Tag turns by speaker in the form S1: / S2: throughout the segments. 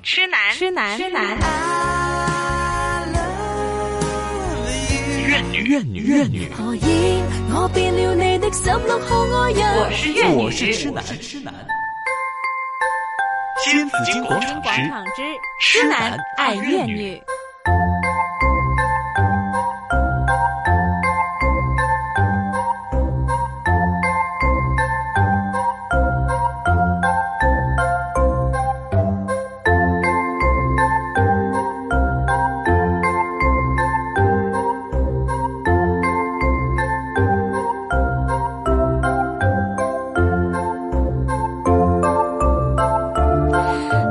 S1: 痴男，
S2: 痴男，痴男，
S3: 怨女，怨女，怨女。
S4: 何以我變了你的十六號愛人？
S1: 我是怨女，
S3: 我是痴男，是痴男。新紫金广场之
S2: 广场之
S3: 痴
S2: 痴
S3: 男
S2: 男
S3: 爱
S2: 爱
S3: 怨
S2: 怨
S3: 女
S2: 女。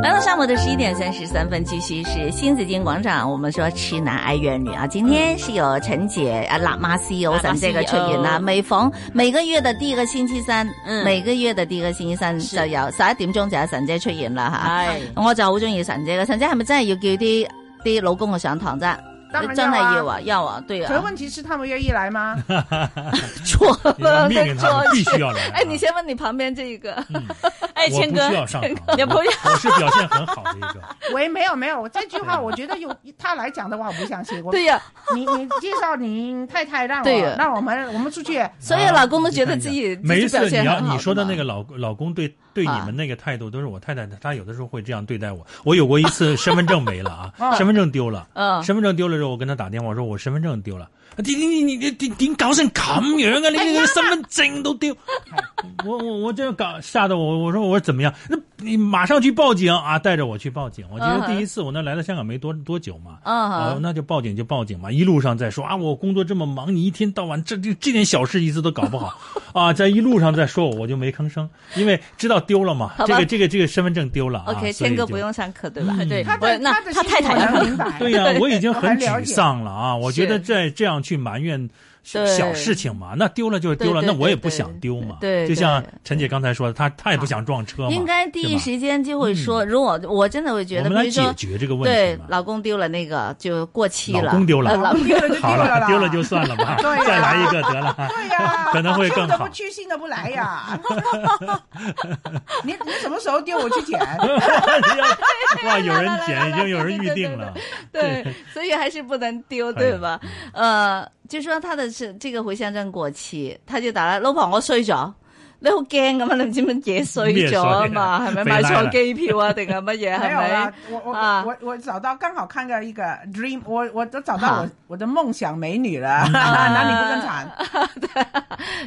S5: 来到上午的十一点三十三分，继续是新紫金广场。我们说痴男爱怨女啊，今天是有陈姐啊，辣妈
S2: 辣
S5: CEO
S2: 妈 E
S5: 咱们这个啊
S2: CEO
S5: 出现啦。每逢每个月的第一个星期三，
S2: 嗯
S5: 每個月嘅第一個星期三就有十一點鐘就有神姐出現啦
S2: 係
S5: 吓。我就好中意神姐嘅，神姐係咪真係要叫啲啲老公去上堂啫？
S6: 當然
S5: 真係
S6: 要啊
S5: 要啊，要啊，對
S6: 可是
S5: 啊，
S6: 问题是他们愿意来吗？
S5: 错。
S7: 你要命令他们必须要来 啊
S5: 哎，你先问你旁邊这一个，
S2: 哎，
S7: 我
S2: 谦
S7: 不
S2: 哥
S7: 需要上场，
S2: 有朋友
S7: 我是表现很好的一个。
S6: 喂，没有没有，这句话我觉得有他来讲的话，我不相信。我
S5: 對
S7: 啊
S5: 呀，
S6: 你你介绍你太太让
S5: 对
S6: 我
S5: 呀
S6: 让我们我们出去，
S5: 所以
S7: 啊
S5: 老公都
S7: 你
S5: 覺得
S7: 看一下
S5: 自己
S7: 每一
S5: 自己表
S7: 次
S5: 现
S7: 你要
S5: 很好
S7: 你说的
S5: 嘛
S7: 那个老老公对对你
S5: 啊
S7: 们那个态度，都是我太太，她有的时候会这样对待我。我有过一次身份证 没了啊，身份证丢了，
S5: 嗯
S7: 身份证丢了之后，我跟她打电话我说我身份证丢了。啊你你你你你点搞成咁样 啊？你你身份证都丢，我我我这搞吓得我我说我说怎么样？那你马上去报警啊！带着我去报警。我记
S5: 嗯
S7: 得
S5: 哼
S7: 第一次我那来到香港没多多久嘛，
S5: 嗯哼
S7: 啊，那就报警就报警嘛。一路上在说啊，我工作这么忙，你一天到晚这这这点小事一次都搞不好啊，在一路上在说我，我就没吭声，因为知道丢了嘛，
S5: 好吧
S7: 这个这个这个身份证丢了啊。
S5: OK，
S7: 所以
S5: 谦哥
S7: 就嗯
S5: 不。用上课对吧？
S2: 对，
S6: 他
S2: 我
S6: 的
S2: 那
S6: 他的
S2: 他
S6: 心
S2: 太
S6: 情
S2: 太
S6: 我
S5: 啊
S2: 要
S6: 能明白。
S7: 对呀、我已经
S6: 我还
S7: 很
S6: 了
S7: 沮
S6: 解
S7: 丧了啊！我觉
S5: 是
S7: 得再这样去埋怨小
S5: 对
S7: 小事情嘛，那丢了就是丢了，
S5: 对对
S7: 那我也
S5: 对
S7: 不
S5: 对
S7: 想丢嘛。
S5: 对对
S7: 就像陈姐刚才说的，她她也不想撞车嘛。
S5: 应该第
S7: 对
S5: 一
S7: 吧嗯
S5: 时间就会说，如果我真的会觉
S7: 我
S5: 得，
S7: 们
S5: 比
S7: 来
S5: 如
S7: 解
S5: 说，
S7: 决这个问
S5: 对
S7: 题嘛。
S5: 老公丢了那个就过期了，
S7: 老公丢了
S5: 呃 老公
S6: 丢了就丢
S7: 好
S6: 了
S7: 了，
S6: 啦，
S7: 丢了就算了吧，
S6: 对呀
S7: 再来一个得了。啊
S6: 对呀，
S7: 可能会更
S6: 信的
S7: 好
S6: 不。去，信的不来呀。你你什么时候丢我去捡？
S7: 哇，有人捡，已经有人预定了。
S5: 对，所以还是不能丢，
S7: 可以嗯
S5: 对吧？呃，就说他的是这个回乡证過期，他就打啦，老婆我衰咗。你好驚咁啊！你唔知乜嘢衰咗啊嘛？係
S7: 咩
S5: 咪買
S7: 衰肥奶啦
S5: 錯機票啊？定係 乜嘢？
S6: 没
S5: 係
S6: 有啦
S5: 咪？，
S6: 我我
S5: 啊
S6: 我我找到刚好看到一个 dream，我我都找到
S5: 好
S6: 我我的梦想美女了， 哪里不更惨？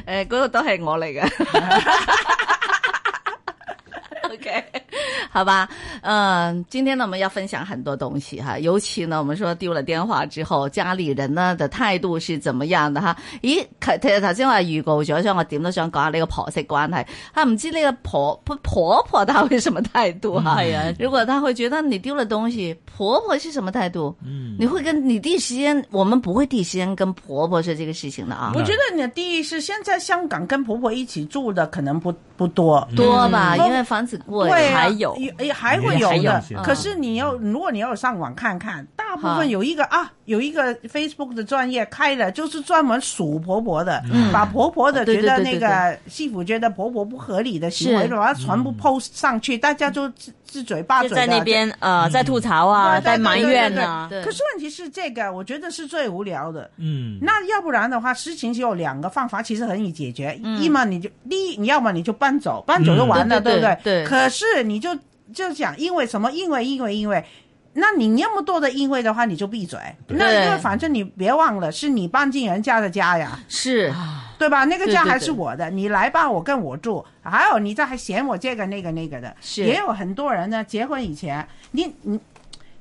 S5: 诶，嗰、個都係我嚟嘅。OK，好吧，嗯、今天呢，我们要分享很多东西哈，尤其呢，我们说丢了电话之后，家里人呢的態度是怎麼樣的哈？咦，其其實頭先我係預告咗，所以我點都想講下呢個婆媳關係。啊，唔知呢個婆婆婆婆她會什麼態度哈？
S2: 哎呀，
S5: 如果她會覺得你丢了東西，婆婆是什麼態度？
S7: 嗯
S5: 你会跟你第一時間，我們不會第一時間跟婆婆說這個事情的啊，
S7: 嗯
S6: 我觉得你的第一是现在香港跟婆婆一起住的可能不不多，
S5: 多吧，
S6: 嗯
S5: 因為反子過
S6: 会
S5: 癮
S6: 啊
S2: 还有
S6: 也也还会
S7: 也还
S6: 有
S7: 有
S6: 的
S7: 一些。
S6: 可是你要如果你要上网看看，大部
S5: 哈
S6: 分有一个啊，有一个 Facebook 的专业开了，就是专门数婆婆的，把婆婆的
S5: 对对
S6: 觉得
S5: 对
S6: 那
S5: 对
S6: 个媳妇觉得婆婆不合理的行为，
S5: 是
S6: 把它全部 post 上去，大家就自自嘴巴
S2: 就
S6: 嘴
S2: 在
S6: 的
S2: 那。边呃，在吐槽啊，
S6: 对对
S2: 在埋怨
S6: 对
S2: 呐，
S5: 对
S6: 可是问题是这个，我觉得是最无聊的。
S7: 嗯，
S6: 那要不然的话，事情只有两个方法，其实很易解决。一嘛你就第一，你要么你就搬走，搬走就完了，
S5: 嗯
S6: 对
S5: 对
S6: 不对？
S5: 对对
S6: 可是你就就讲因为什么？因为因为因为。那你那么多的因为的话，你就闭嘴。
S7: 对
S6: 那因为反正你别忘了，是你搬进人家的家呀，
S5: 是
S6: 对吧？那个
S5: 对
S6: 家
S5: 对
S6: 还是
S5: 对
S6: 我的，你来吧，我跟我住。还有你这还嫌我这个那个那个的，
S5: 是
S6: 也有很多人呢。结婚以前，你你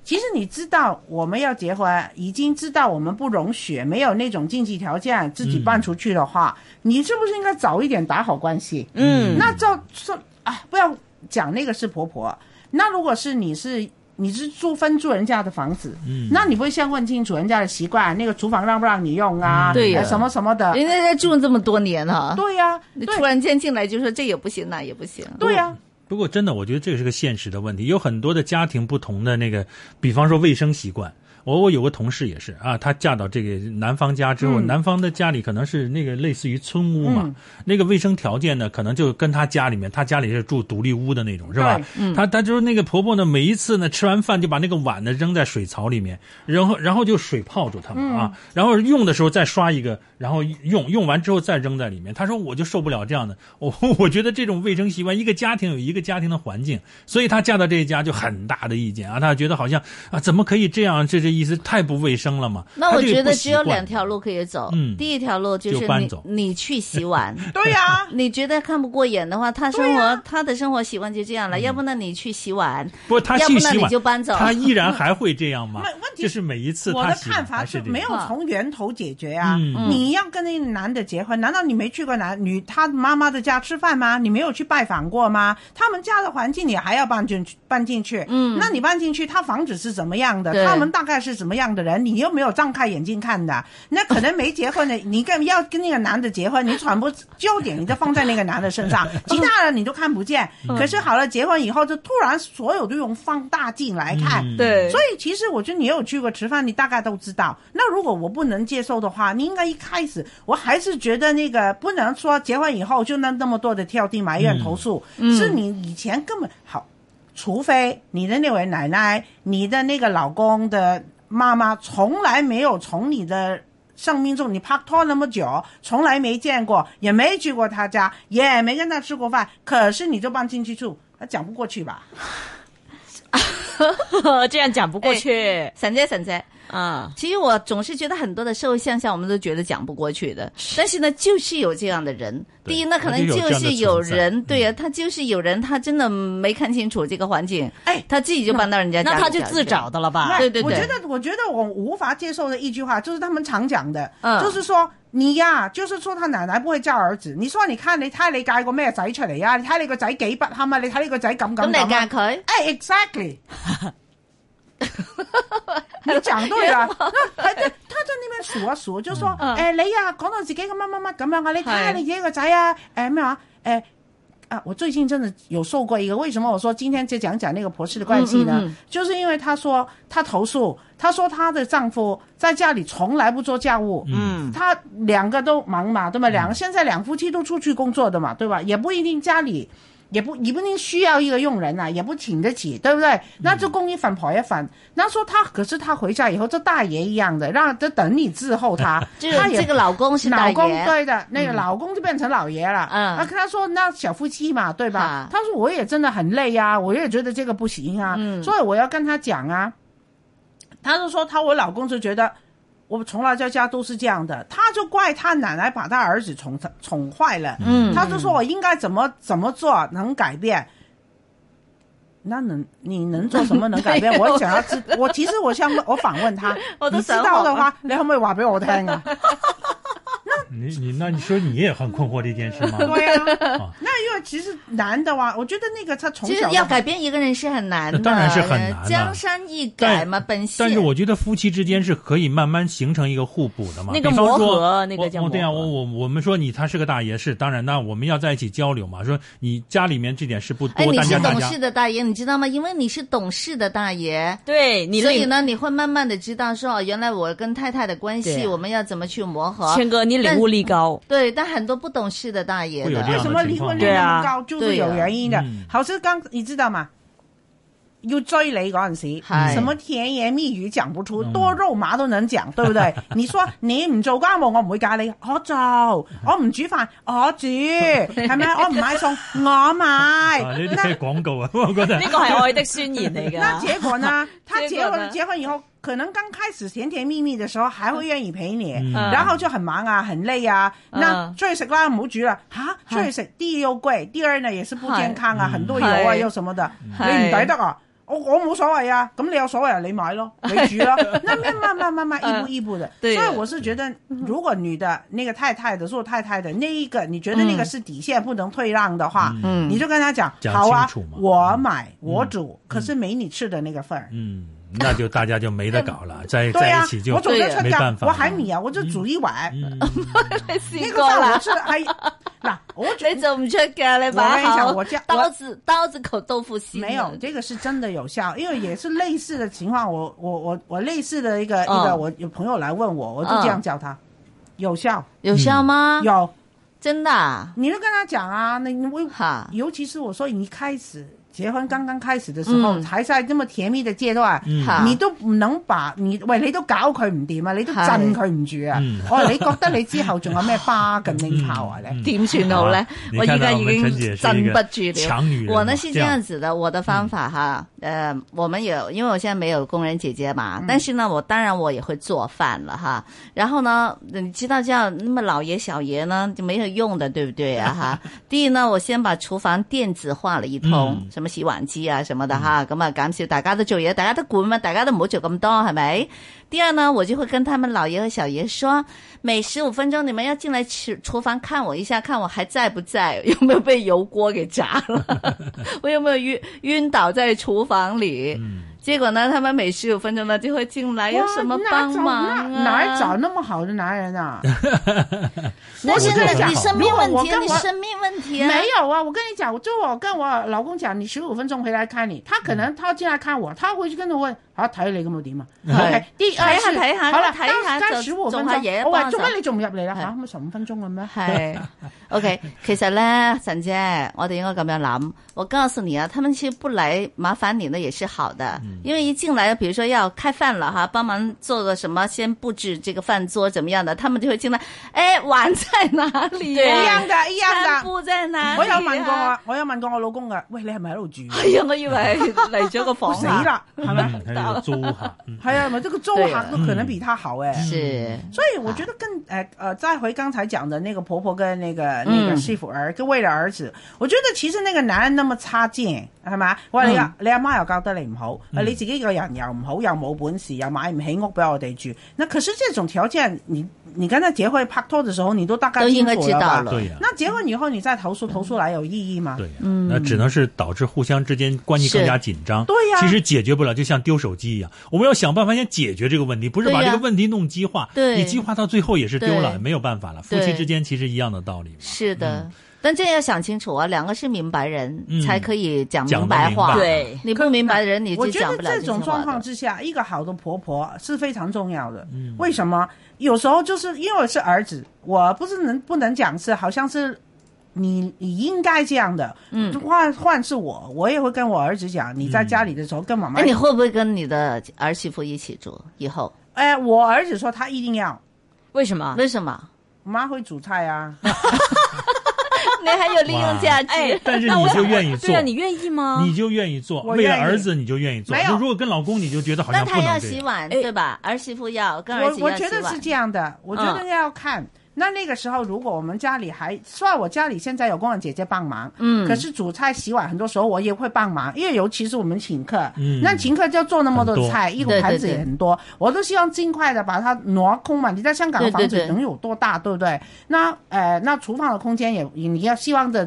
S6: 其实你知道我们要结婚，已经知道我们不容许，没有那种经济条件自己搬出去的话，
S5: 嗯
S6: 你是不是应该早一点打好关系？
S2: 嗯，
S6: 那照说啊，不要讲那个是婆婆。那如果是你是你是住分住人家的房子，嗯，那你不会先问清楚人家的习惯，那个厨房让不让你用啊？
S5: 嗯对呀
S6: 呃什么什么的。
S5: 人家在住这么多年
S7: 啊
S5: 哈、
S6: 对呀、
S5: 你
S6: 对
S5: 突然间进来就说这也不行，那也不行，
S6: 对呀、
S7: 不过真的，我觉得这个是个现实的问题，有很多的家庭不同的那个，比方说卫生习惯。我我有个同事也是啊，她嫁到这个男方家之后，
S6: 嗯
S7: 男方的家里可能是那个类似于村屋嘛，
S6: 嗯
S7: 那个卫生条件呢，可能就跟她家里面，她家里是住独立屋的那种，是吧
S6: 对？
S5: 嗯
S7: 她她就是那个婆婆呢，每一次呢吃完饭就把那个碗呢扔在水槽里面，然后然后就水泡住它
S5: 嗯
S7: 们啊，然后用的时候再刷一个，然后用用完之后再扔在里面。她说我就受不了这样的， 我我觉得这种卫生习惯，一个家庭有一个家庭的环境，所以她嫁到这一家就很大的意见啊，她觉得好像啊怎么可以这样，这这意思太不卫生了嘛。
S5: 那
S7: 她
S5: 我
S7: 这个
S5: 觉
S7: 不
S5: 得
S7: 习
S5: 只有
S7: 惯
S5: 两条路可以走，
S7: 嗯
S5: 第一条路就
S7: 就是搬
S5: 你
S7: 走
S5: 你去洗碗，
S6: 对呀、
S5: 你觉得看不过眼的话，他生活、他的生活习惯就这
S6: 嗯
S5: 样了，要不那你去洗碗，
S7: 不，他
S5: 要
S7: 去
S5: 不那
S7: 洗
S5: 你
S7: 碗，
S5: 就搬走
S7: 他依然还会这样吗？
S6: 那问题
S7: 就是每一次
S6: 我
S7: 他
S6: 的
S7: 洗
S6: 看
S7: 碗
S6: 法
S7: 还是这
S6: 没
S7: 样
S6: 有从源头解决啊！
S7: 嗯
S6: 你要跟那个男的结婚，难道你没去过男女他妈妈的家吃饭吗？你没有去拜访过吗？他们家的环境你还要搬进去，搬进去，嗯，那你搬进去，他房子是怎么样的
S5: 对？
S6: 他们大概是怎么样的人？你又没有张开眼睛看的，那可能没结婚 的，你跟要跟那个男的结婚，你全部焦点你都放在那个男的身 上，其他人你都看不见。
S7: 嗯
S6: 可是好了，结婚以后就突然所有都用放大镜来看，
S7: 嗯
S2: 对，
S6: 所以其实我觉得你有去过吃饭，你大概都知道。那如果我不能接受的话，你应该一开始，我还是觉得那个不能说结婚以后就那那么多的跳地埋怨
S7: 嗯
S6: 投诉，是你以前根本好，除非你的那位奶奶、你的那个老公的妈妈从来没有从你的。生命中你拍拖那么久，从来没见过，也没去过他家，也没跟他吃过饭，可是你就搬进去住，那讲不过去吧？
S2: 这样讲不过去
S5: 沈姐沈姐，
S2: 啊。
S5: 其实我总是觉得很多的社会现象，我们都觉得讲不过去的，但是呢，就是有这样的人。
S7: 对
S5: 第一呢，可能
S7: 他就有这
S5: 就
S7: 样的
S5: 是有
S7: 存在
S5: 人，对呀、
S7: 嗯
S5: 他就是有人，他真的没看清楚这个环境，
S6: 哎
S5: 他自己就搬到人家家
S2: 那
S5: 里
S2: 他就
S5: 去了
S2: 自找的了吧？
S5: 对对
S6: 我
S5: 对
S6: 觉得我觉得我无法接受的一句话就是他们常讲的，
S5: 嗯
S6: 就是说你呀，就是说他奶奶不會教兒子。你說你看你睇你嫁個咩仔出嚟啊？你睇你個仔幾不堪啊？你睇你個仔咁
S5: 咁
S6: 咁
S5: 你
S6: 咁
S5: 嫁
S6: 啊？
S5: 佢，
S6: 哎，exactly，你 講對啦。他在他在那邊數啊數，就說
S5: 嗯
S6: 誒你呀，講到自己個乜乜乜咁樣啊，你睇下
S5: 係
S6: 你自己個仔啊，誒咩話誒。啊，我最近真的有受过一个，为什么我说今天就讲讲那个婆媳的关系呢？
S5: 嗯嗯嗯，
S6: 就是因为她说她投诉，她说她的丈夫在家里从来不做家务，
S2: 嗯，
S6: 她两个都忙嘛，对吧？两现在两夫妻都出去工作的嘛，对吧？也不一定家里。也不也不一定需要一个佣人啊，也不请得起，对不对？那就供一反婆一反。那说她，可是她回家以后，这大爷一样的，让就等你伺候她
S5: 就是
S6: 她也
S5: 这个老公是大
S6: 老
S5: 爷，
S6: 公对的，那个老公就变成老爷了。
S5: 嗯
S6: 啊，他说那小夫妻嘛，对吧
S5: 啊？
S6: 他说我也真的很累呀、我也觉得这个不行啊，
S5: 嗯
S6: 所以我要跟他讲啊。他就说他我老公就觉得我从来在家都是这样的，他就怪他奶奶把他儿子宠宠坏了，
S5: 嗯，
S6: 他就说我应该怎么怎么做能改变。那能你能做什么能改 变？
S5: 对
S6: 我想要知，我其实我想我访问他，
S5: 我都
S6: 你知
S5: 想
S6: 道的
S5: 好了
S6: 话，你可唔可以话俾我听啊？
S7: 你你那你说你也很困惑这件事吗？
S6: 对
S7: 啊
S6: 啊，那因为其实男的哇，我觉得那个他从
S5: 其
S6: 小
S5: 实
S6: 到
S5: 要改变一个人是很难的，
S7: 那当然是很难了啊
S5: 江山易改嘛，本性。
S7: 但是我觉得夫妻之间是可以慢慢形成一个互补的嘛。
S2: 那个
S7: 比方说
S2: 磨合那个
S7: 我
S2: 叫
S7: 我对啊，
S2: 磨合
S7: 我我我们说你他是个大爷是当然，那我们要在一起交流嘛。说你家里面这点事不
S5: 哎，
S7: 多，
S5: 你
S7: 大
S5: 是
S7: 家大
S5: 懂
S7: 家
S5: 事的大爷，你知道吗？因为你是懂事的大爷，
S2: 对你
S5: 所以
S2: 领
S5: 呢，你会慢慢的知道说，哦，原来我跟太太的关
S2: 对
S5: 系，
S2: 啊
S5: 我们要怎么去磨合。
S2: 谦哥，你领悟力 高，
S5: 对，但很多不懂事的大爷
S7: 会有
S5: 的，
S7: 这
S6: 为
S7: 样
S6: 什
S7: 的
S6: 么
S7: 情
S6: 离
S7: 况
S6: 婚
S7: 吗
S6: 率
S2: 对
S6: 那
S2: 啊
S6: 么高，就是有原因的
S7: 嗯。
S6: 好似刚你知道吗？要追你嗰阵时，
S5: 嗨
S6: 什么甜言蜜语讲不出，
S7: 嗯
S6: 多肉麻都能讲，对不 对？你说你唔做家務，我唔會嫁你，我做；
S7: 嗯
S6: 我唔煮飯，我 煮，係咪？我唔買餸，我
S7: 啊，
S6: 買
S7: 这。这广告啊， 我觉得
S2: 呢个系爱的宣言嚟
S6: 那
S2: 噶。
S6: 结果呢？他
S2: 结
S6: 结
S2: 果
S6: 婚
S2: 呢
S6: 结婚以后，可能刚开始甜甜蜜蜜的时候，还会愿意陪你，
S7: 嗯
S6: 然后就很忙啊，很累啊。那
S2: 嗯
S6: 出去食啦，唔好煮啦，吓出去啊食，第一又貴，第二呢也是不健康啊，
S7: 是
S6: 很多油啊
S2: 是
S6: 又什麼的，你
S2: 是
S6: 唔抵得啊。我我冇所謂啊，咁你有所謂啊，你 買咯，你煮咯，那慢慢慢慢慢一步一步的。所
S2: 嗯对嗯
S6: 以我是觉得，如果女的那个太太的做太太的那一个，你觉得
S2: 嗯
S6: 那个是底线不能退让的话，
S5: 嗯
S6: 你就跟他讲，
S7: 讲
S6: 好啊
S7: 清楚嘛，嗯
S6: 我买我煮，可是没你吃的那个份儿。
S7: 嗯，那就大家就没得搞了，在
S6: 对
S7: 在
S6: 呀
S7: 一起，就
S6: 我总啊
S5: 对
S6: 在
S5: 呀
S6: 出
S7: 没
S6: 家
S7: 办，法
S6: 我喊你啊，我就煮一碗，
S7: 嗯
S5: 太奇
S6: 那个
S5: 怪
S6: 饭我
S5: 了。
S6: 吃，哎， 嗱，我觉
S5: 你走唔出嘅，你
S6: 我
S5: 把
S6: 跟你讲
S5: 口
S6: 我这样
S5: 刀
S6: 我
S5: 子刀子口豆腐心啊。
S6: 没有，这个是真的有效，因为也是类似的情况，我我我我类似的一个、一个，
S5: 嗯
S6: 我有朋友来问我，我就这样教他，有效
S5: 有效吗？，
S6: 嗯有，
S5: 真的啊
S6: 你就跟他讲啊，那你为
S5: 哈。
S6: 尤其是我说你开始结婚刚刚开始的时候，
S5: 嗯
S6: 还在这么甜蜜的阶段，
S7: 嗯
S5: 嚇
S6: 你都唔能把你喂你都搞佢唔掂啊，你都
S5: 係
S6: 震佢唔住啊
S7: 嗯！
S6: 我話你覺得你之後仲有咩巴咁拎炮啊你？
S5: 点算好咧
S7: 啊？你
S5: 我
S7: 看
S5: 依
S7: 到
S5: 家
S7: 我
S5: 已
S7: 们
S5: 经
S7: 陈姐是
S5: 镇
S7: 一
S5: 不
S7: 个
S5: 住了。
S7: 强女人
S5: 我
S7: 嘛
S5: 呢是
S7: 这
S5: 这
S7: 样嗯
S5: 样子的，我的方法哈，呃，我们有，因为我现在没有工人姐姐嘛，但是呢，我当然我也会做饭了哈。然后呢，你知道这样，那么老爷小爷呢就没有用的，对不对啊？ 哈，第一呢，我先把厨房电子化了一通，
S7: 嗯
S5: 什么洗碗機啊什麼的哈，咁啊減少大家都做嘢，大家都管嘛，大家都唔好做咁多，係咪？第二呢，我就會跟他們老爺和小爺說，每十五分鐘你們要進來廚廚房看我一下，看我還在不在，有沒有被油鍋給炸 了，我有沒有暈暈倒在廚房裡。
S7: 嗯，
S5: 结果呢，他們每十五分鐘呢就會進來，有什麼
S6: 哇
S5: 幫忙啊？
S6: 哪找那哪儿找那么好的男人啊？
S5: 但是
S7: 我就
S5: 呢，
S7: 想
S5: 你生命
S6: 如果
S5: 問
S6: 我
S5: 題，
S6: 跟
S5: 你
S6: 我
S5: 生命問題啊，
S6: 没有啊，我跟你讲，就我跟我老公讲，你十五分鐘回來看你，他可能他進來看我，他回去跟我問，啊睇你咁又點啊
S5: 係
S6: ？OK，第二
S5: 睇下
S6: 次
S5: 睇下
S6: 好啦，
S5: 睇下
S6: 加
S5: 就
S6: 十五分
S5: 做下嘢
S6: 鐘，我話
S5: 幫
S6: 做
S5: 手
S6: 乜你仲唔入嚟啦？
S5: 係
S6: 嚇咁咪十五分鐘嘅咩？
S5: 系，OK，其实呢，陈姐，我哋应该咁样谂。我告诉你啊，他们其实不来麻烦你呢也是好的，
S7: 嗯
S5: 因为一进来，比如说要开饭了哈，帮忙做个什么，先布置这个饭桌怎么样的，他们就会进来，哎，碗在哪里、
S6: 一
S5: 呀？
S6: 樣㗎，一樣
S5: 餐
S6: 㗎。
S5: 布在哪里、啊
S6: 我有問過我，我有問過我老公噶，喂，你係咪喺度住？
S5: 哎呀，我以为嚟咗个
S6: 我
S5: 房
S6: 死
S5: 啊。
S6: 啦，係咪？
S7: 嗯还有租哈， 嗯
S6: 还有嘛，这个周
S5: 对啊
S6: 行都可能比他好哎、
S5: 是，
S6: 所以我觉
S5: 啊
S6: 得更呃呃，再回刚才讲的那个婆婆跟那个
S5: 嗯
S6: 那个媳妇儿，跟为了儿子，我觉得其实那个男人那么差劲，系嘛？哇！你
S5: 嗯
S6: 阿你阿妈又教得你唔好，啊你自己個人又唔好，又冇本事，又買唔起屋俾我哋住。那可是這種條件，你你跟他結婚拍拖的時候，你都大概
S5: 都应
S6: 清
S5: 该
S6: 楚
S5: 知道
S6: 吧？
S5: 了。
S7: 对呀，
S6: 那結婚以後你再投訴，投訴來有意義嗎？
S7: 对呀，
S5: 嗯
S7: 那只能是导致互相之间关系更加紧张。
S6: 对呀
S7: 其实解决不了，就像丢手机一样，我们要想办法先解决这个问题，不是把
S5: 对呀
S7: 这个问题弄激化。
S5: 对
S7: 你激化到最后也是丢
S5: 对
S7: 了，没有办法了。夫
S5: 对
S7: 妻之间其实一样的道理嘛。
S5: 是的，但这要想清楚啊，两个是明白人、
S7: 嗯
S5: 才可以讲
S7: 讲
S5: 明
S7: 得
S5: 白
S7: 明
S5: 话。
S7: 白
S2: 对
S5: 你不明白的人，你
S6: 我
S5: 就
S6: 觉
S5: 讲
S6: 得
S5: 不了
S6: 这
S5: 些
S6: 种
S5: 话
S6: 状
S5: 的
S6: 况之下，一个好的婆婆是非常重要的。为什么？有时候就是因为是儿子，我不是能不能讲是好像是你你应该这样的。嗯，换换是我，我也会跟我儿子讲，你在家里的时候跟妈妈
S5: 哎那。你会不会跟你的儿媳妇一起住？以后
S6: 哎，我儿子说他一定要，
S2: 为什
S7: 啊
S2: 么？
S5: 为什么？
S6: 妈会煮菜啊。
S5: 你还有利用价
S2: 哎
S5: 值？，
S7: 但是
S2: 那
S7: 你
S2: 我
S7: 就愿意
S2: 对啊，
S7: 做
S2: 你愿意吗？
S7: 你就愿意做，
S6: 我
S7: 为了
S6: 愿意
S7: 儿子你就愿意做。
S6: 没有
S7: 就如果跟老公，你就觉得好
S5: 那
S7: 像不
S5: 他要
S7: 能这
S5: 洗
S7: 样。
S5: 碗
S2: 哎
S5: 对吧？儿媳妇要跟儿
S6: 我
S5: 子
S6: 我
S5: 要洗
S6: 觉得是
S5: 碗。嗯
S6: 这样的，我觉得要看。那那个时候，如果我们家里还算我家里现在有工人姐姐帮忙，
S5: 嗯
S6: 可是煮菜、洗碗，很多时候我也会帮忙，因为尤其是我们请客，
S7: 嗯
S6: 那请客就要做那么多菜，一个盘子
S5: 对对对
S6: 也很多，我都希望尽快的把它挪空嘛。你在香港的房
S5: 对对
S6: 子
S5: 对
S6: 能有多大，对不对？那呃，那厨房的空间也，你要希望的。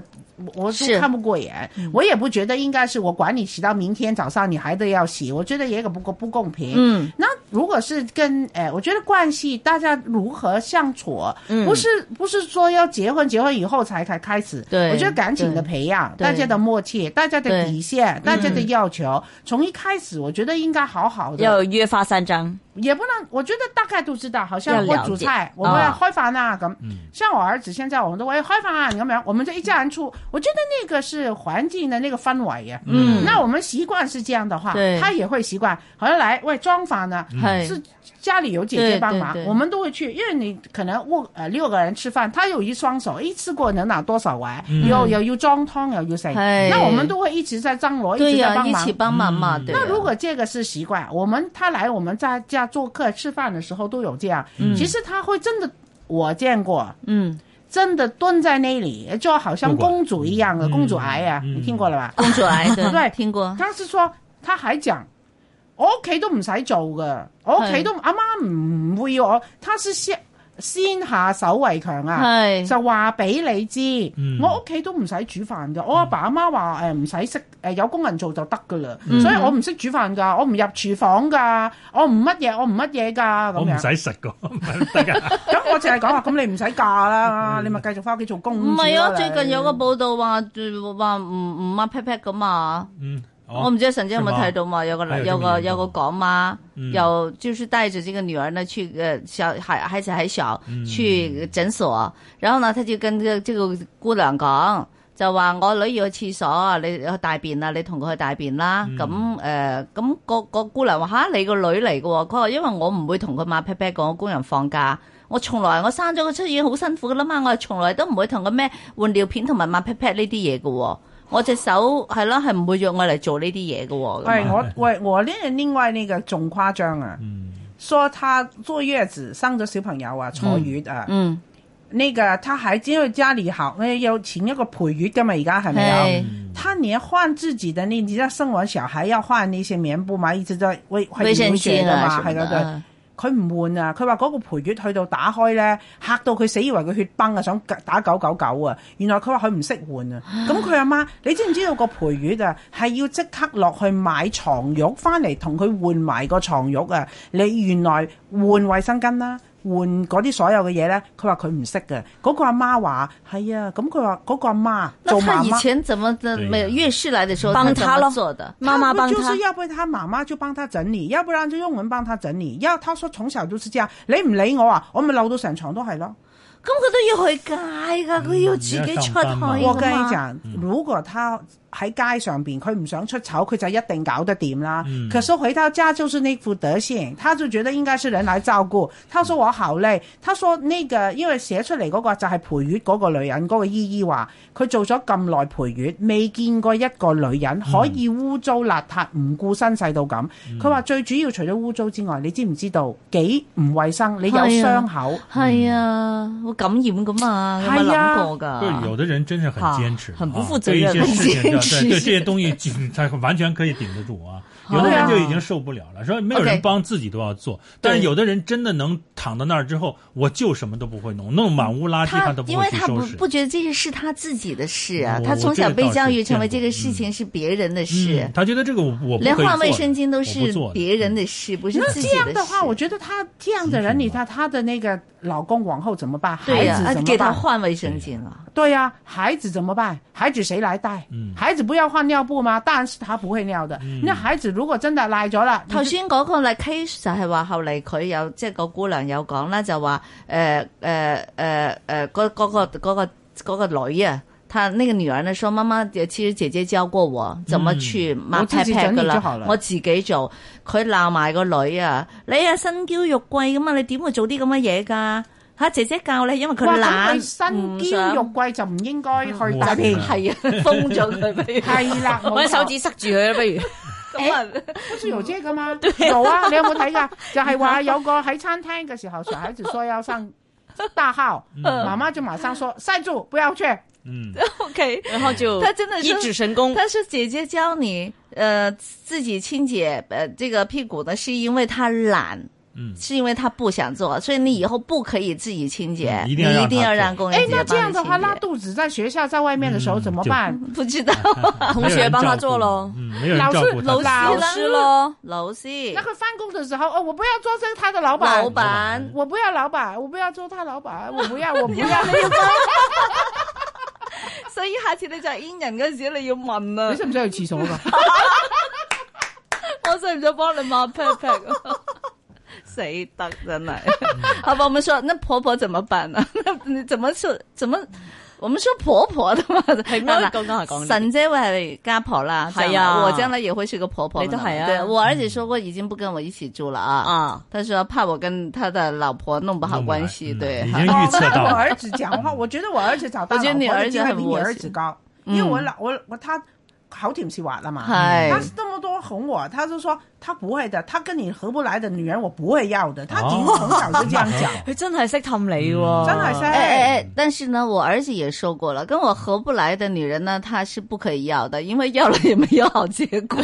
S6: 我我
S5: 是嗯
S6: 是看不过眼，我也不觉得应该是我管你洗到明天早上，你还得要洗，我觉得也不公不公平。
S5: 嗯，
S6: 那如果是跟诶、呃我觉得关系大家如何相处，
S5: 嗯
S6: 不是不是说要结婚，结婚以后才开开始。
S5: 对
S6: 我觉得感情的
S5: 对
S6: 培养，
S5: 对
S6: 大家的默契，大家的
S5: 对嗯
S6: 底线，大家的要求，从一开始我觉得应该好好的，
S2: 要约法三章，
S6: 也不能，我觉得大概都知道，好像
S5: 要
S6: 我
S5: 了解
S6: 煮菜，我
S2: 啊
S6: 会开饭啊咁。像我儿子现在，我们都会开饭啊，你有没有？我们这一家人住，我觉得那个是环境的那个氛围呀。
S5: 嗯
S6: 那我们习惯是这样的话
S5: 对，
S6: 他也会习惯。好像来喂装饭呢，
S7: 嗯
S5: 嗨
S6: 是家里有姐姐帮忙
S5: 哎对对，对
S6: 我们都会去，因为你可能五呃六个人吃饭，他有一双手，一次过能拿多少碗，
S5: 嗯
S6: 又又要装汤，又要剩，
S5: 嗨
S6: 那我们都会一直在张罗，
S5: 哎
S6: 一
S5: 对
S6: 直在
S5: 呀，
S6: 帮
S5: 一
S6: 忙
S5: 起。帮忙嘛。
S7: 嗯
S5: 对呀。
S6: 那如果这个是习惯，我们他来我们在家做客吃饭的时候都有这样，其实他会真的，我见过，
S5: 嗯，
S6: 真的蹲在那里，就好像
S7: 不管
S6: 公主一样的、
S7: 嗯
S6: 公主癌呀、
S7: 嗯
S6: 你听过了吧？
S5: 公主 癌对
S6: 对
S5: 听过。
S6: 他是说，他还讲，我屋企都唔使做噶，我屋企都阿媽唔會要我，他是先先下手為強啊！
S5: 係
S6: 就話俾你知，
S7: 嗯
S6: 我屋企都唔使煮飯噶，我阿爸阿媽話誒唔使識誒有工人做就得噶啦，
S7: 嗯
S6: 所以我唔識煮飯噶，我唔入廚房噶，我唔乜嘢，我唔乜嘢噶咁
S7: 我哦唔
S6: 樣。
S7: 使食噶，唔係得噶。
S6: 咁我淨係講話，咁你唔使嫁 啦，
S7: 嗯
S6: 你咪繼續翻屋企做公主
S5: 唔係啊，
S6: 啦
S5: 最近有個
S6: 你
S5: 報道話呃話唔唔抹 pat pat 咁啊。
S7: 嗯，
S5: 我
S7: 哦
S5: 唔知道神姐有冇
S7: 是嗎
S5: 睇到嘛？有個
S7: 哎呦
S5: 有
S7: 這麼
S5: 個
S7: 嚴重
S5: 有個港媽，
S7: 嗯
S5: 有就是帶着這個女兒呢去呃小孩孩子還小
S7: 嗯，
S5: 去診所，然後呢他就跟這這個姑娘講。就話我女要去廁所，你去大便啊啦，你同佢去大便啦。
S7: 嗯
S5: 咁誒、呃咁、個個姑娘話吓你個女嚟嘅喎，佢話因為我唔會同佢抹 pat pat 講，我工人放假，我從來我生咗佢出院好辛苦嘅啦嘛，我係從來都唔會同佢咩換尿片同埋抹 pat pat 呢啲嘢嘅喎，我隻手係咯係唔會用我嚟做呢啲嘢嘅喎。咁
S6: 喂，
S5: 啊
S6: 我喂我呢另外呢個仲誇張啊！
S7: 嗯
S6: 說她坐月子生咗小朋友啊，坐月啊，
S5: 嗯，
S6: 那個她孩子因為家裡好，那有請一個陪月噶嘛，而家係咪啊？
S7: 嗯
S5: 係
S6: 她連換自己的那，你知道生完小孩要換那些棉布嘛，一直都喂係
S5: 衛生
S6: 流血
S5: 巾
S6: 噶
S5: 啊
S6: 嘛，
S5: 什麼
S6: 係
S5: 的
S6: 啦對。
S5: 啊
S6: 佢唔換啊！佢話嗰個陪月去到打開咧，嚇到佢死以為佢血崩啊，想打九九九啊！原來佢話佢唔識換啊！咁佢阿媽，你知唔知道個陪月啊係要即刻落去買床褥翻嚟同佢換埋個床褥啊！你原來換衛生巾啦、換嗰啲所有嘅嘢咧，佢話佢唔識嘅。嗰、個阿媽話係啊，咁佢話嗰個阿媽
S5: 那
S6: 做
S5: 他
S6: 媽
S5: 以
S6: 媽。
S5: 前怎麼的
S7: 對呀
S5: 沒有月事來的時候，
S2: 幫
S5: 他
S2: 他
S5: 怎麼
S2: 咯
S5: 做的？
S2: 妈妈帮
S6: 不就
S2: 他
S6: 是，要不他妈妈就帮他整理，要不然就用文帮他整理。要他说从小就是這樣，你唔理我啊，我咪漏到成床都係咯。
S5: 咁佢都要去街噶，佢要自
S7: 嗯
S5: 己
S7: 要
S5: 出去
S7: 上
S5: 㗎
S7: 班嘛
S5: 嘛。
S6: 我跟你講，如果他喺街上邊，佢唔想出醜，佢就一定搞得掂啦。
S7: 嗯
S6: 可是回到家就是那副德性，他就覺得應該是人來照顧。他說我好累，他說呢、個因為寫出嚟嗰個就係陪月嗰個女人，嗰、個姨姨話佢做咗咁耐陪月，未見過一個女人可以污糟邋遢、唔顧身世到咁。佢話、最主要除咗污糟之外，你知唔知道幾唔衞生？你有
S5: 係啊
S6: 傷口。
S5: 係啊，會感染噶嘛，有冇
S6: 係啊
S5: 諗過㗎？
S7: 对，有的人真是很坚持，
S2: 啊很不
S7: 啊
S2: 负责任
S7: 对一些事情
S5: 很坚
S7: 对
S5: 持
S7: 对这些东西就是，他完全可以顶得住 啊。有的人就已经受不了了，说没有
S5: OK
S7: 人帮自己都要做，但是有的人真的能躺到那儿之后，我就什么都不会弄，弄满屋垃圾
S5: 他
S7: 都不
S5: 因
S7: 会
S5: 为
S7: 去
S5: 他
S7: 收
S5: 不
S7: 拾。
S5: 不觉得这个是他自己的事啊，
S7: 我
S5: 他从小被教育成为
S7: 我这
S5: 这
S7: 个
S5: 个
S7: 倒是
S5: 事
S7: 见
S5: 情
S7: 过
S5: 是别人的事
S7: 嗯，，他觉得这个我我不
S5: 连
S7: 可以
S5: 换
S7: 做
S5: 卫
S7: 的
S5: 生巾都
S7: 我
S5: 是
S7: 不做的
S5: 别人的事，不是
S6: 那
S5: 自
S6: 这
S5: 己
S6: 样
S5: 事
S6: 的话，我觉得她这样的人，你看她的那个老公往后怎么办？孩
S5: 对呀
S6: 子，
S5: 啊
S6: 怎么
S5: 给他
S6: 办？
S5: 换卫生巾啊，
S6: 对呀、孩子怎么办？孩子谁来带？
S7: 嗯
S6: 孩子不要换尿布吗？当然是他不会尿的。那孩子如果真的赖咗啦，
S5: 頭先嗰個例 case 就係話後嚟佢有即係個姑娘有講啦，就話誒誒誒誒嗰嗰個嗰個嗰個女啊。她那個女兒呢，說媽媽，其實姐姐教過我怎麼去抹
S6: 我自
S5: pat
S6: 己
S5: pat
S6: 整理
S5: 噶
S6: 就
S5: 啦
S6: 好，了
S5: 我自己做。佢鬧埋個女啊，你啊身嬌肉貴噶嘛，你點會做啲咁嘅嘢㗎？嚇姐姐教你，因為佢
S6: 哇，咁
S5: 懶，
S6: 佢身
S5: 唔想
S6: 嬌肉貴就唔應該去大
S7: 真
S6: 便。
S5: 係 啊，封咗佢俾佢。
S6: 係 啦，
S2: 我
S6: 冇
S2: 啲手
S6: 錯，
S2: 指塞住佢啦，不如
S6: 不是有這 個嗎？有啊，你有冇睇㗎？就係話有個喺餐廳嘅時候，小孩子說要上大號，媽媽就馬上說塞住，不要去。
S7: 嗯，
S2: ，OK，然后就
S5: 他真的是
S2: 一指神功，
S5: 但是姐姐教你，呃，自己清洁呃这个屁股呢，是因为她懒，
S7: 嗯
S5: 是因为她不想做，所以你以后不可以自己清洁，
S7: 嗯
S5: 你
S7: 一定要让
S5: 一定要
S7: 她做
S5: 让工人
S6: 哎
S5: 姐，姐
S6: 那這樣
S5: 帮你
S6: 的話，
S5: 清洁
S6: 拉肚子在學校、在外面的時候
S7: 嗯
S6: 怎麼
S7: 就
S6: 辦？
S5: 不知道，
S2: 同学帮他做咯
S7: 嗯，没有人照顾
S5: 老师
S7: 他。
S5: 老
S2: 老
S5: 师
S2: 师咯，
S5: 老师
S6: 那佢翻工的時候，哦，我不要做这他的老板，
S5: 老板，
S6: 我不要老板，我不要做他老板，我不要，我不 要。
S5: 所以下次你就 in 人嗰时你要问啊
S6: 你，使唔使去廁所 噶？
S5: 我使唔使帮你抹 pat pat 啊？ 死得真係。好吧，我们说那婆婆怎么办呢？ 你怎么说？怎么？我们说婆婆的嘛，
S2: 係
S5: 好啦
S2: 啱剛剛係講
S5: 沈姐会系家婆啦，
S2: 係啊
S5: 这样啦我将来也会是个婆婆嘛。
S2: 你都係啊
S5: 对我儿子说过已经不跟我一起住了啊，
S2: 啊，
S5: 他说怕我跟他的老婆弄不好关系，
S7: 弄不好
S5: 对
S7: 嗯，已
S5: 哈
S7: 经
S6: 哦
S7: 预测到
S6: 我
S7: 了
S6: 儿子講話，我覺得我兒子找到
S5: 我覺得你
S6: 老婆
S5: 兒
S6: 已
S5: 子
S6: 經係
S5: 很
S6: 比你
S5: 窩
S6: 兒
S5: 心
S6: 子高，
S5: 嗯
S6: 因為我老我我他口甜是滑了嘛，
S5: 嗨
S6: 他这么多哄我，他就說他不會的，他跟你合不來的女人我不會要的，他已
S5: 哦
S6: 經從小就這 樣講，
S2: 佢真係識氹你喎，
S6: 真係
S5: 哎
S6: 識
S5: 哎哎！但是呢，我儿子也说过了，跟我合不来的女人呢，她是不可以要的，因为要了也没有好结果。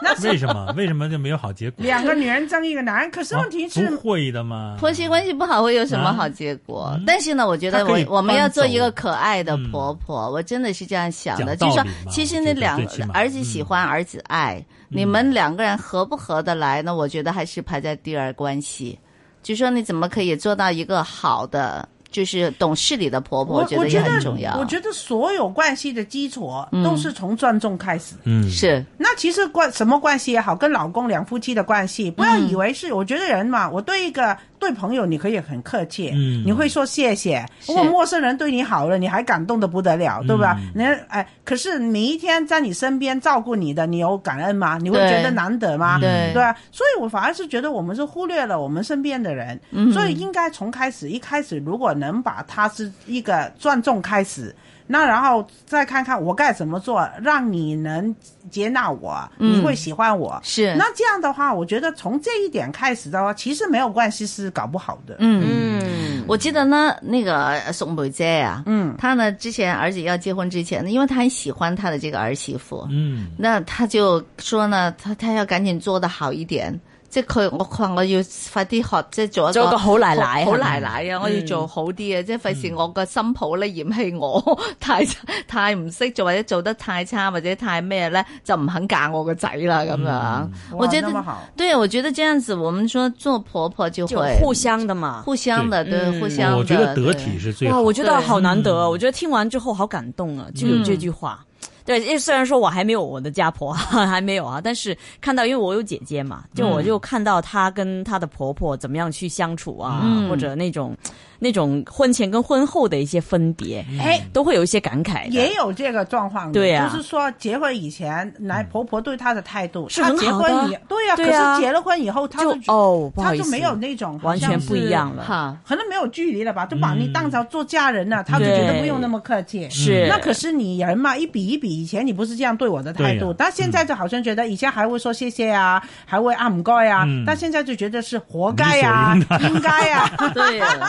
S6: 那
S7: 为什么？为什么就没有好结果？
S6: 两个女人争一个男人，可是
S7: 啊
S6: 问题
S5: 哦
S6: 是
S7: 不会的嘛，
S5: 婆媳关系不好会有什么好结果？
S7: 嗯
S5: 但是呢，我觉得
S7: 她
S5: 我
S7: 可以
S5: 我们要做一个
S7: 搬走
S5: 可爱的婆婆，我真的是这样想的。
S7: 讲
S5: 就
S7: 道
S5: 是
S7: 理
S5: 说
S7: 嘛，
S5: 其实
S7: 我
S5: 那
S7: 觉得
S5: 两
S7: 最起码嗯
S5: 儿子喜欢，儿子爱，你们两个人合不合得来呢？我觉得还是排在第二关系。就说你怎么可以做到一个好的，就是懂事理的婆婆，
S6: 我
S5: 觉得也很重要。
S6: 我觉得所有关系的基础嗯都是从尊重开始。
S7: 嗯，
S5: 是，
S6: 那其实关什么关系也好，跟老公两夫妻的关系，不要以为是。我觉得人嘛，我对一个对朋友，你可以很客气，
S7: 嗯
S6: 你会说谢谢。
S5: 是
S6: 如果陌生人对你好了，你还感动的不得了，对吧？
S7: 嗯
S6: 人家哎，可是每一天在你身边照顾你的，你有感恩吗？你会觉
S5: 对
S6: 得难得
S7: 嗯
S6: 吗？
S5: 对
S6: 对吧？所以我反而是觉得我们是忽略了我们身边的人，
S7: 嗯
S6: 所以应该从开始一开始，如果能把它是一个转重开始，那然后再看看我该怎么做，让你能接纳我，
S5: 嗯
S6: 你会喜欢我。
S5: 是，
S6: 那这样的话，我觉得从这一点开始的话，其实没有关系是搞不好的。
S5: 嗯。
S2: 嗯，
S5: 我记得呢，那个宋梅姐啊，
S6: 嗯
S5: 她呢之前儿子要结婚之前呢，因为她很喜欢她的这个儿媳妇，
S7: 嗯，
S5: 那他就说呢，他他要赶緊做得好一點，即係佢我話我要快啲學，即係做一個
S2: 做個呃好奶奶
S5: 好
S2: 係咪
S5: 奶奶啊！我要做好啲啊，即係費事我個新抱咧嫌棄我 太太唔識做，或者做得太差，或者太咩咧，就唔肯嫁我個仔啦咁樣。
S7: 嗯
S5: 我
S6: 哇
S5: 覺
S6: 那么
S5: 得，
S6: 好，
S5: 嗯對，啊我覺得這樣子，我們說做婆婆就
S2: 就
S5: 會
S2: 互相的嘛。
S5: 互相的，
S2: 对
S5: 對，
S2: 嗯
S5: 互相的，
S7: 我觉得得
S5: 對
S7: 体是最
S2: 哇，
S7: 好
S2: 我
S7: 的。
S2: 觉得好难得哦，
S7: 嗯
S2: 我觉得听完之后好感动啊，就有这句话。对，因为虽然说我还没有我的家婆，还没有啊， 但是看到因为我有姐姐嘛，就我就看到她跟她的婆婆怎么样去相处啊，
S5: 嗯
S2: 或者那种那种婚前跟婚后的一些分别，
S6: 哎。
S2: 都会有一些感慨的。
S6: 也有这个状况的，
S2: 对呀
S6: 就是说结婚以前，来婆婆对她的态度，
S2: 嗯是
S6: 她
S2: 很
S6: 结
S2: 好
S6: 婚
S2: 的
S6: 以对呀、
S2: 对呀
S6: 可是结了婚以后，她
S2: 就
S6: 就
S2: 哦，不好
S6: 她
S2: 意
S6: 就
S2: 思，
S6: 没有那种好
S2: 完全
S6: 像
S2: 不一
S6: 是
S2: 样了。
S5: 哈，
S6: 可能没有距离了吧，就把你当成做家人了，他就
S2: 对
S6: 觉得不用那么客气。
S2: 是
S6: 嗯那可是你人嘛，一比一比，以前你不是这样对我的态
S7: 对
S6: 度，
S7: 呀
S6: 但现在就好像觉得以前还会说谢谢 啊，还会啊唔该啊，
S7: 嗯
S6: 但现在就觉得是活该呀、
S7: 理所
S6: 应该呀、
S5: 對啊。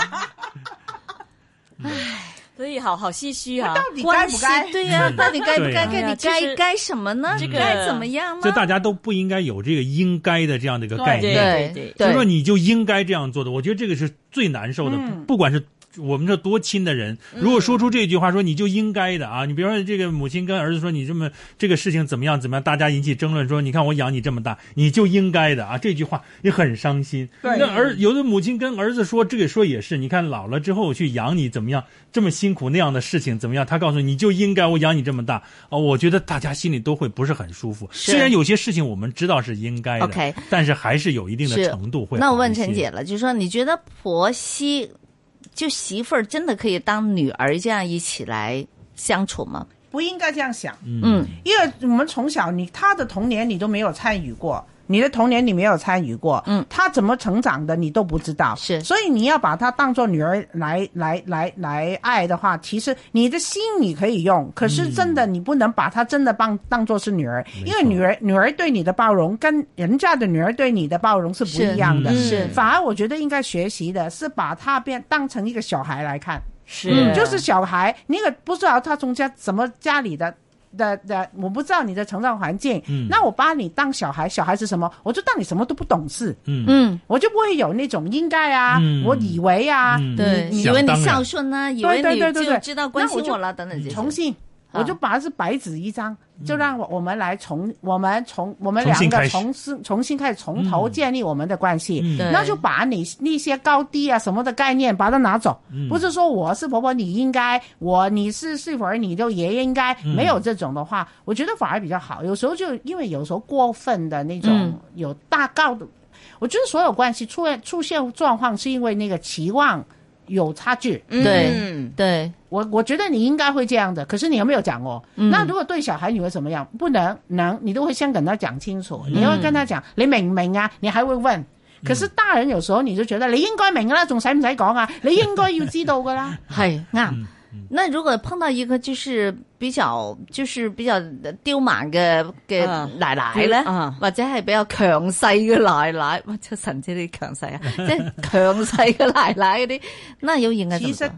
S2: 所以好好唏嘘啊
S6: 到。底该不该？
S5: 对呀、到底该不该？
S2: 对
S5: 该
S2: 呀
S5: 你
S2: 其
S5: 该
S2: 实
S5: 该什么呢？
S2: 这个
S5: 该怎么样呢
S7: 就？大家都不应该有这个应该的这样的一个概
S2: 对
S7: 念，
S5: 对
S2: 对
S7: 就说
S5: 对，
S7: 你就应该这样做的，我觉得这个是最难受的。
S6: 嗯
S7: 不不管是我们这多亲的人，如果说出这句话说你就应该的啊，你比如说这个母亲跟儿子说你这么这个事情怎么样怎么样，大家引起争论说你看我养你这么大，你就应该的啊，这句话也很伤心。
S6: 对
S7: 那儿有的母亲跟儿子说这个说也是，你看老了之后去养你怎么样，这么辛苦那样的事情怎么样，他告诉你你就应该我养你这么大啊、我觉得大家心里都会不是很舒服。
S5: 是
S7: 虽然有些事情我们知道是应该的
S5: OK
S7: 但是还是有一定的
S5: 是
S7: 程度会好一些。
S5: 那我问陈姐了，就说你觉得婆媳就媳妇儿真的可以当女儿这样一起来相处吗？
S6: 不应该这样想。
S5: 嗯，
S6: 因为我们从小你他的童年你都没有参与过，你的童年你没有参与过，
S5: 嗯
S6: 他怎么成长的你都不知道，
S5: 是
S6: 所以你要把他当做女儿来来来来爱的话，其实你的心你可以用，可是真
S5: 嗯
S6: 的你不能把他真的当当做是女儿，
S7: 没错
S6: 因为女儿女儿对你的包容跟人家的女儿对你的包容是不一样的，
S5: 嗯是
S6: 反而我觉得应该学习的是把他变当成一个小孩来看。
S2: 是、
S6: 嗯，就是小孩，你可不知道他从家什么家里的。的的，我不知道你的成长环境，
S7: 嗯
S6: 那我把你当小孩，小孩是什么？我就当你什么都不懂事，
S7: 嗯
S5: 嗯，
S6: 我就不会有那种应该啊，
S7: 嗯
S6: 我以为啊，
S7: 嗯
S5: 对，
S7: 你
S5: 以为你
S7: 想当然
S5: 孝顺呢、以为
S6: 对
S5: 你
S6: 对对对
S5: 就
S6: 对
S5: 知道关
S6: 那
S5: 心
S6: 我就
S5: 我了等等这
S6: 重
S5: 些。
S6: 新，
S5: 啊
S6: 我就把它是白纸一张，就让我我们来重，我们从我们
S7: 嗯重新
S6: 两个
S7: 开始
S6: 重新重新开始从头
S7: 嗯
S6: 建立我们的关系，
S7: 嗯
S5: 对
S6: 那就把你那些高低啊什么的概念把它拿走，
S7: 嗯
S6: 不是说我是婆婆你应该，我你是媳妇儿你就也应该，
S7: 嗯
S6: 没有这种的话，我觉得反而比较好。有时候就因为有时候过分的那种
S5: 嗯
S6: 有大高的，我觉得所有关系出出现状况是因为那个期望有差距。
S2: 嗯
S5: 对对，
S6: 我我觉得你应该会这样的，可是你有没有讲哦？
S5: 嗯
S6: 那如果对小孩你会怎么样？不能能，你都会先跟他讲清楚，
S5: 嗯
S6: 你会跟他讲，你明唔明啊？你还会问。可是大人有時候你就覺得你應該明㗎啦，仲使唔使講啊？你應該要知道㗎啦。
S5: 系
S7: 嗯
S5: 啱。啊那如果碰到一个就是比較就是比較刁蠻嘅
S2: 啊
S5: 嘅奶奶咧，
S2: 啊
S5: 或者係比較強勢嘅奶奶，哇！真神知啲強 勢啊，即係強勢嘅奶奶嗰啲， 那有影嘅
S6: 其
S5: 點
S6: 實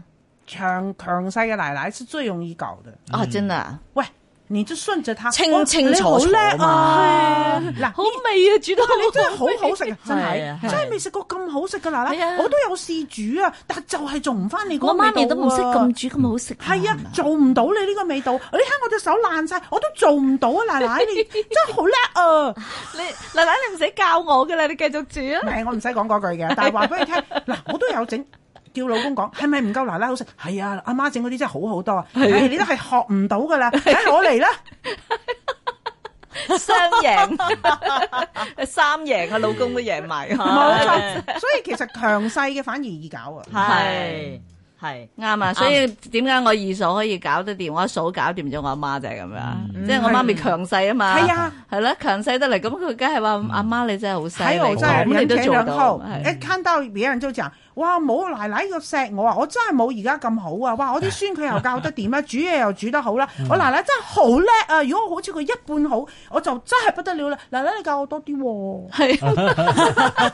S6: 強強勢嘅奶奶是最容易搞的。
S5: 啊，真的啊，
S6: 喂，你就順着他，
S2: 清
S6: 哇
S2: 清楚楚
S6: 你好叻啊！嗱，
S5: 好味啊，煮得
S6: 哇！
S5: 好
S6: 你真係好好 食啊！真
S2: 係啊
S6: 係
S2: 係啊
S6: 真係未食過咁好食嘅嗱
S5: 係啊
S6: 嗱，我都有試煮啊，但就係做唔翻你嗰
S5: 我
S6: 個味
S5: 媽
S6: 道
S5: 咪都唔識
S6: 啊
S5: 咁煮咁好食㗎。
S6: 係啊
S5: 係，嘛
S6: 做唔到你呢個味道。你睇我隻手爛晒，我都做唔到啊！奶奶，你真係好叻啊！
S5: 你奶奶你唔使教我㗎啦，你繼續煮
S6: 唔
S5: 啊。
S6: 係，我唔使講嗰句嘅，但係話俾你 聽，嗱，我都有整。叫老公講係咪唔夠奶奶好食？係啊，阿媽整嗰啲真係好好多啊！唉你都係學唔到 噶啦，唉我嚟啦！
S5: 雙贏， 三贏啊，老公都贏埋。
S6: 冇
S5: 冇
S6: 錯，所以其實強勢嘅反而易搞 啊！
S2: 係係
S5: 啱啊，所以點解我二嫂可以搞得掂，我阿嫂搞掂咗我阿媽就係咁樣，即係我媽咪強勢啊嘛。
S6: 係啊，
S5: 嗯係啦，強勢得嚟，咁佢梗係話阿媽你真係好犀
S6: 喺我
S5: 利，
S6: 真係
S5: 咁你都
S6: 人前哎
S5: 做
S6: 人
S5: 到
S6: 後，，
S5: 係
S6: 一看到別人就講：哇，冇奶奶個錫我啊！我真係冇而家咁好啊！哇，我啲孫佢又教得點啊，煮嘢又煮得好啦，我奶奶真係好叻啊！如果我好似佢一半好，我就真係不得了啦！奶奶你教我多啲 喎，
S5: 係。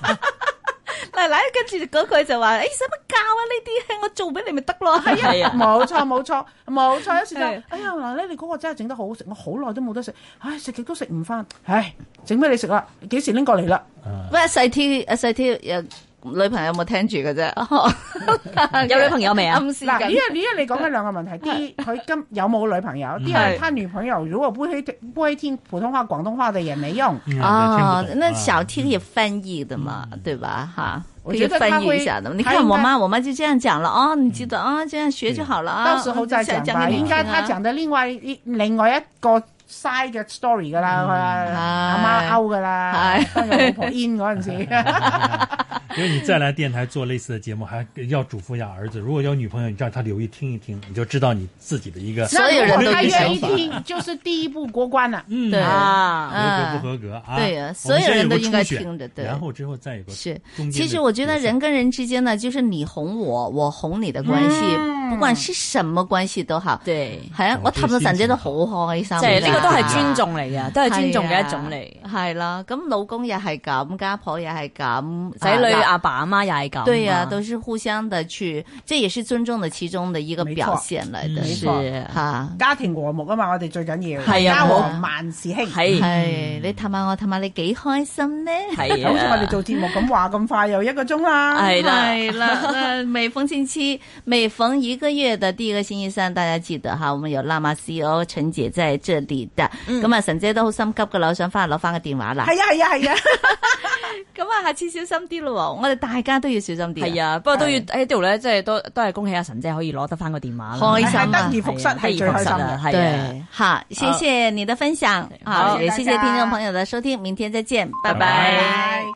S5: 奶奶跟住嗰句就話：，誒使乜教啊？呢啲我做俾你咪得 咯。係啊，
S2: 係啊，
S6: 冇錯冇錯冇錯，有時就
S5: 係
S6: 哎呀奶奶你嗰個真係整得好好食，我好耐都冇得食，唉食極都食唔翻，唉整俾你食啦，幾時拎過嚟啦？
S7: 嗯
S5: 喂，細 T，阿細 T 有女朋友冇聽住嘅 啫？
S2: 有女朋友未啊
S5: 暗示
S6: 嗱，呢
S5: 緊。
S6: 一呢一你講嘅兩個問題，啲佢今有冇女朋友？第二，
S5: 嗯係
S6: 他女朋友如果不會不會聽普通話、廣東話的也沒用。
S7: 嗯
S5: 哦，
S7: 听不懂
S5: 那
S7: 啊
S5: 小 T 也翻譯的嘛，对吧？哈，
S6: 嗯我
S5: 可以
S6: 觉得他
S5: 翻譯
S6: 会
S5: 一下的。你
S6: 他
S5: 看
S6: 应
S5: 我
S6: 该
S5: 妈，我妈就这样讲了哦，你记得啊，这样学就好了啊。
S6: 嗯到時候再講吧，
S5: 给你
S6: 應該
S5: 聽
S6: 他
S5: 啊
S6: 講得另外一另外一個 side 嘅 story 噶啦，佢
S5: 嗯係
S6: 阿媽勾噶啦
S5: 係，
S6: 當佢老婆 in 嗰陣時，
S7: 因为你再来电台做类似的节目，还要嘱咐一下儿子，如果有女朋友，你让他留意听一听，你就知道你自己的一个
S5: 所有人都
S6: 那如果他
S5: 有
S6: 願
S5: 想
S6: 意
S5: 法
S6: 聽，就是第一步過關啦。
S7: 嗯
S5: 对嗯
S2: 啊，
S7: 合格不合格啊？
S5: 对呀
S7: 我们
S5: 所有
S7: 先
S5: 人
S7: 个
S5: 都应该
S7: 初选
S5: 听着对
S7: 然后之后再有个
S5: 是
S7: 中，间
S5: 其
S7: 的
S5: 实我觉得
S7: 角色
S5: 人跟人之间呢，就是你哄我，我哄你的关系，
S6: 嗯
S5: 不管是什么关系都好。
S2: 對。
S5: 系啊，
S7: 我
S5: 我氹
S7: 覺得
S5: 到陣
S7: 先
S5: 姐都
S7: 至
S5: 好
S7: 好
S5: 開心㗎。
S2: 即係呢個都係尊重嚟
S5: 係啊
S2: 嘅，都係啊尊重嘅一種嚟。
S5: 係啦，咁老公又係咁，家婆又係咁，
S2: 仔女啊
S5: 啊嗱
S2: 阿爸阿媽又係咁。
S5: 对呀、啊都是互相的去，这也是尊重的其中的一个
S6: 没
S5: 表
S6: 错
S5: 现来的，
S7: 嗯
S2: 是
S5: 哈。
S6: 家庭和睦啊嘛，我哋最緊要，
S2: 係啊
S6: 家和萬事興。
S5: 啊
S2: 係
S5: 系你氹下我，氹下你幾開心呢？
S2: 係啊
S6: 好似我哋做節目咁話咁快又一個鐘啦，
S2: 係啦，
S5: 係啦， 那每逢星期，每逢一個月的第一個星期三，大家記得哈，我們有辣媽 CEO 陳姐在這裡的。
S2: 嗯
S5: 咁啊、神姐都好心急噶啦，我想翻去攞翻個電話啦。
S6: 係啊係啊係啊，
S5: 咁啊，下次小心啲咯，我哋大家都要小心啲。
S2: 係啊，不過都要喺度咧，即係都都係恭喜阿神姐可以攞得翻個電話啦。
S5: 開心啊
S6: 係得而復失係最開心嘅。
S2: 係啊。
S5: 对，好，謝謝你的分享，啊
S2: 好
S5: 好，也謝
S6: 謝謝
S5: 謝
S6: 大家
S5: 聽眾朋友的收聽，明天再見，拜
S7: 拜
S5: 拜
S7: 拜
S6: 拜。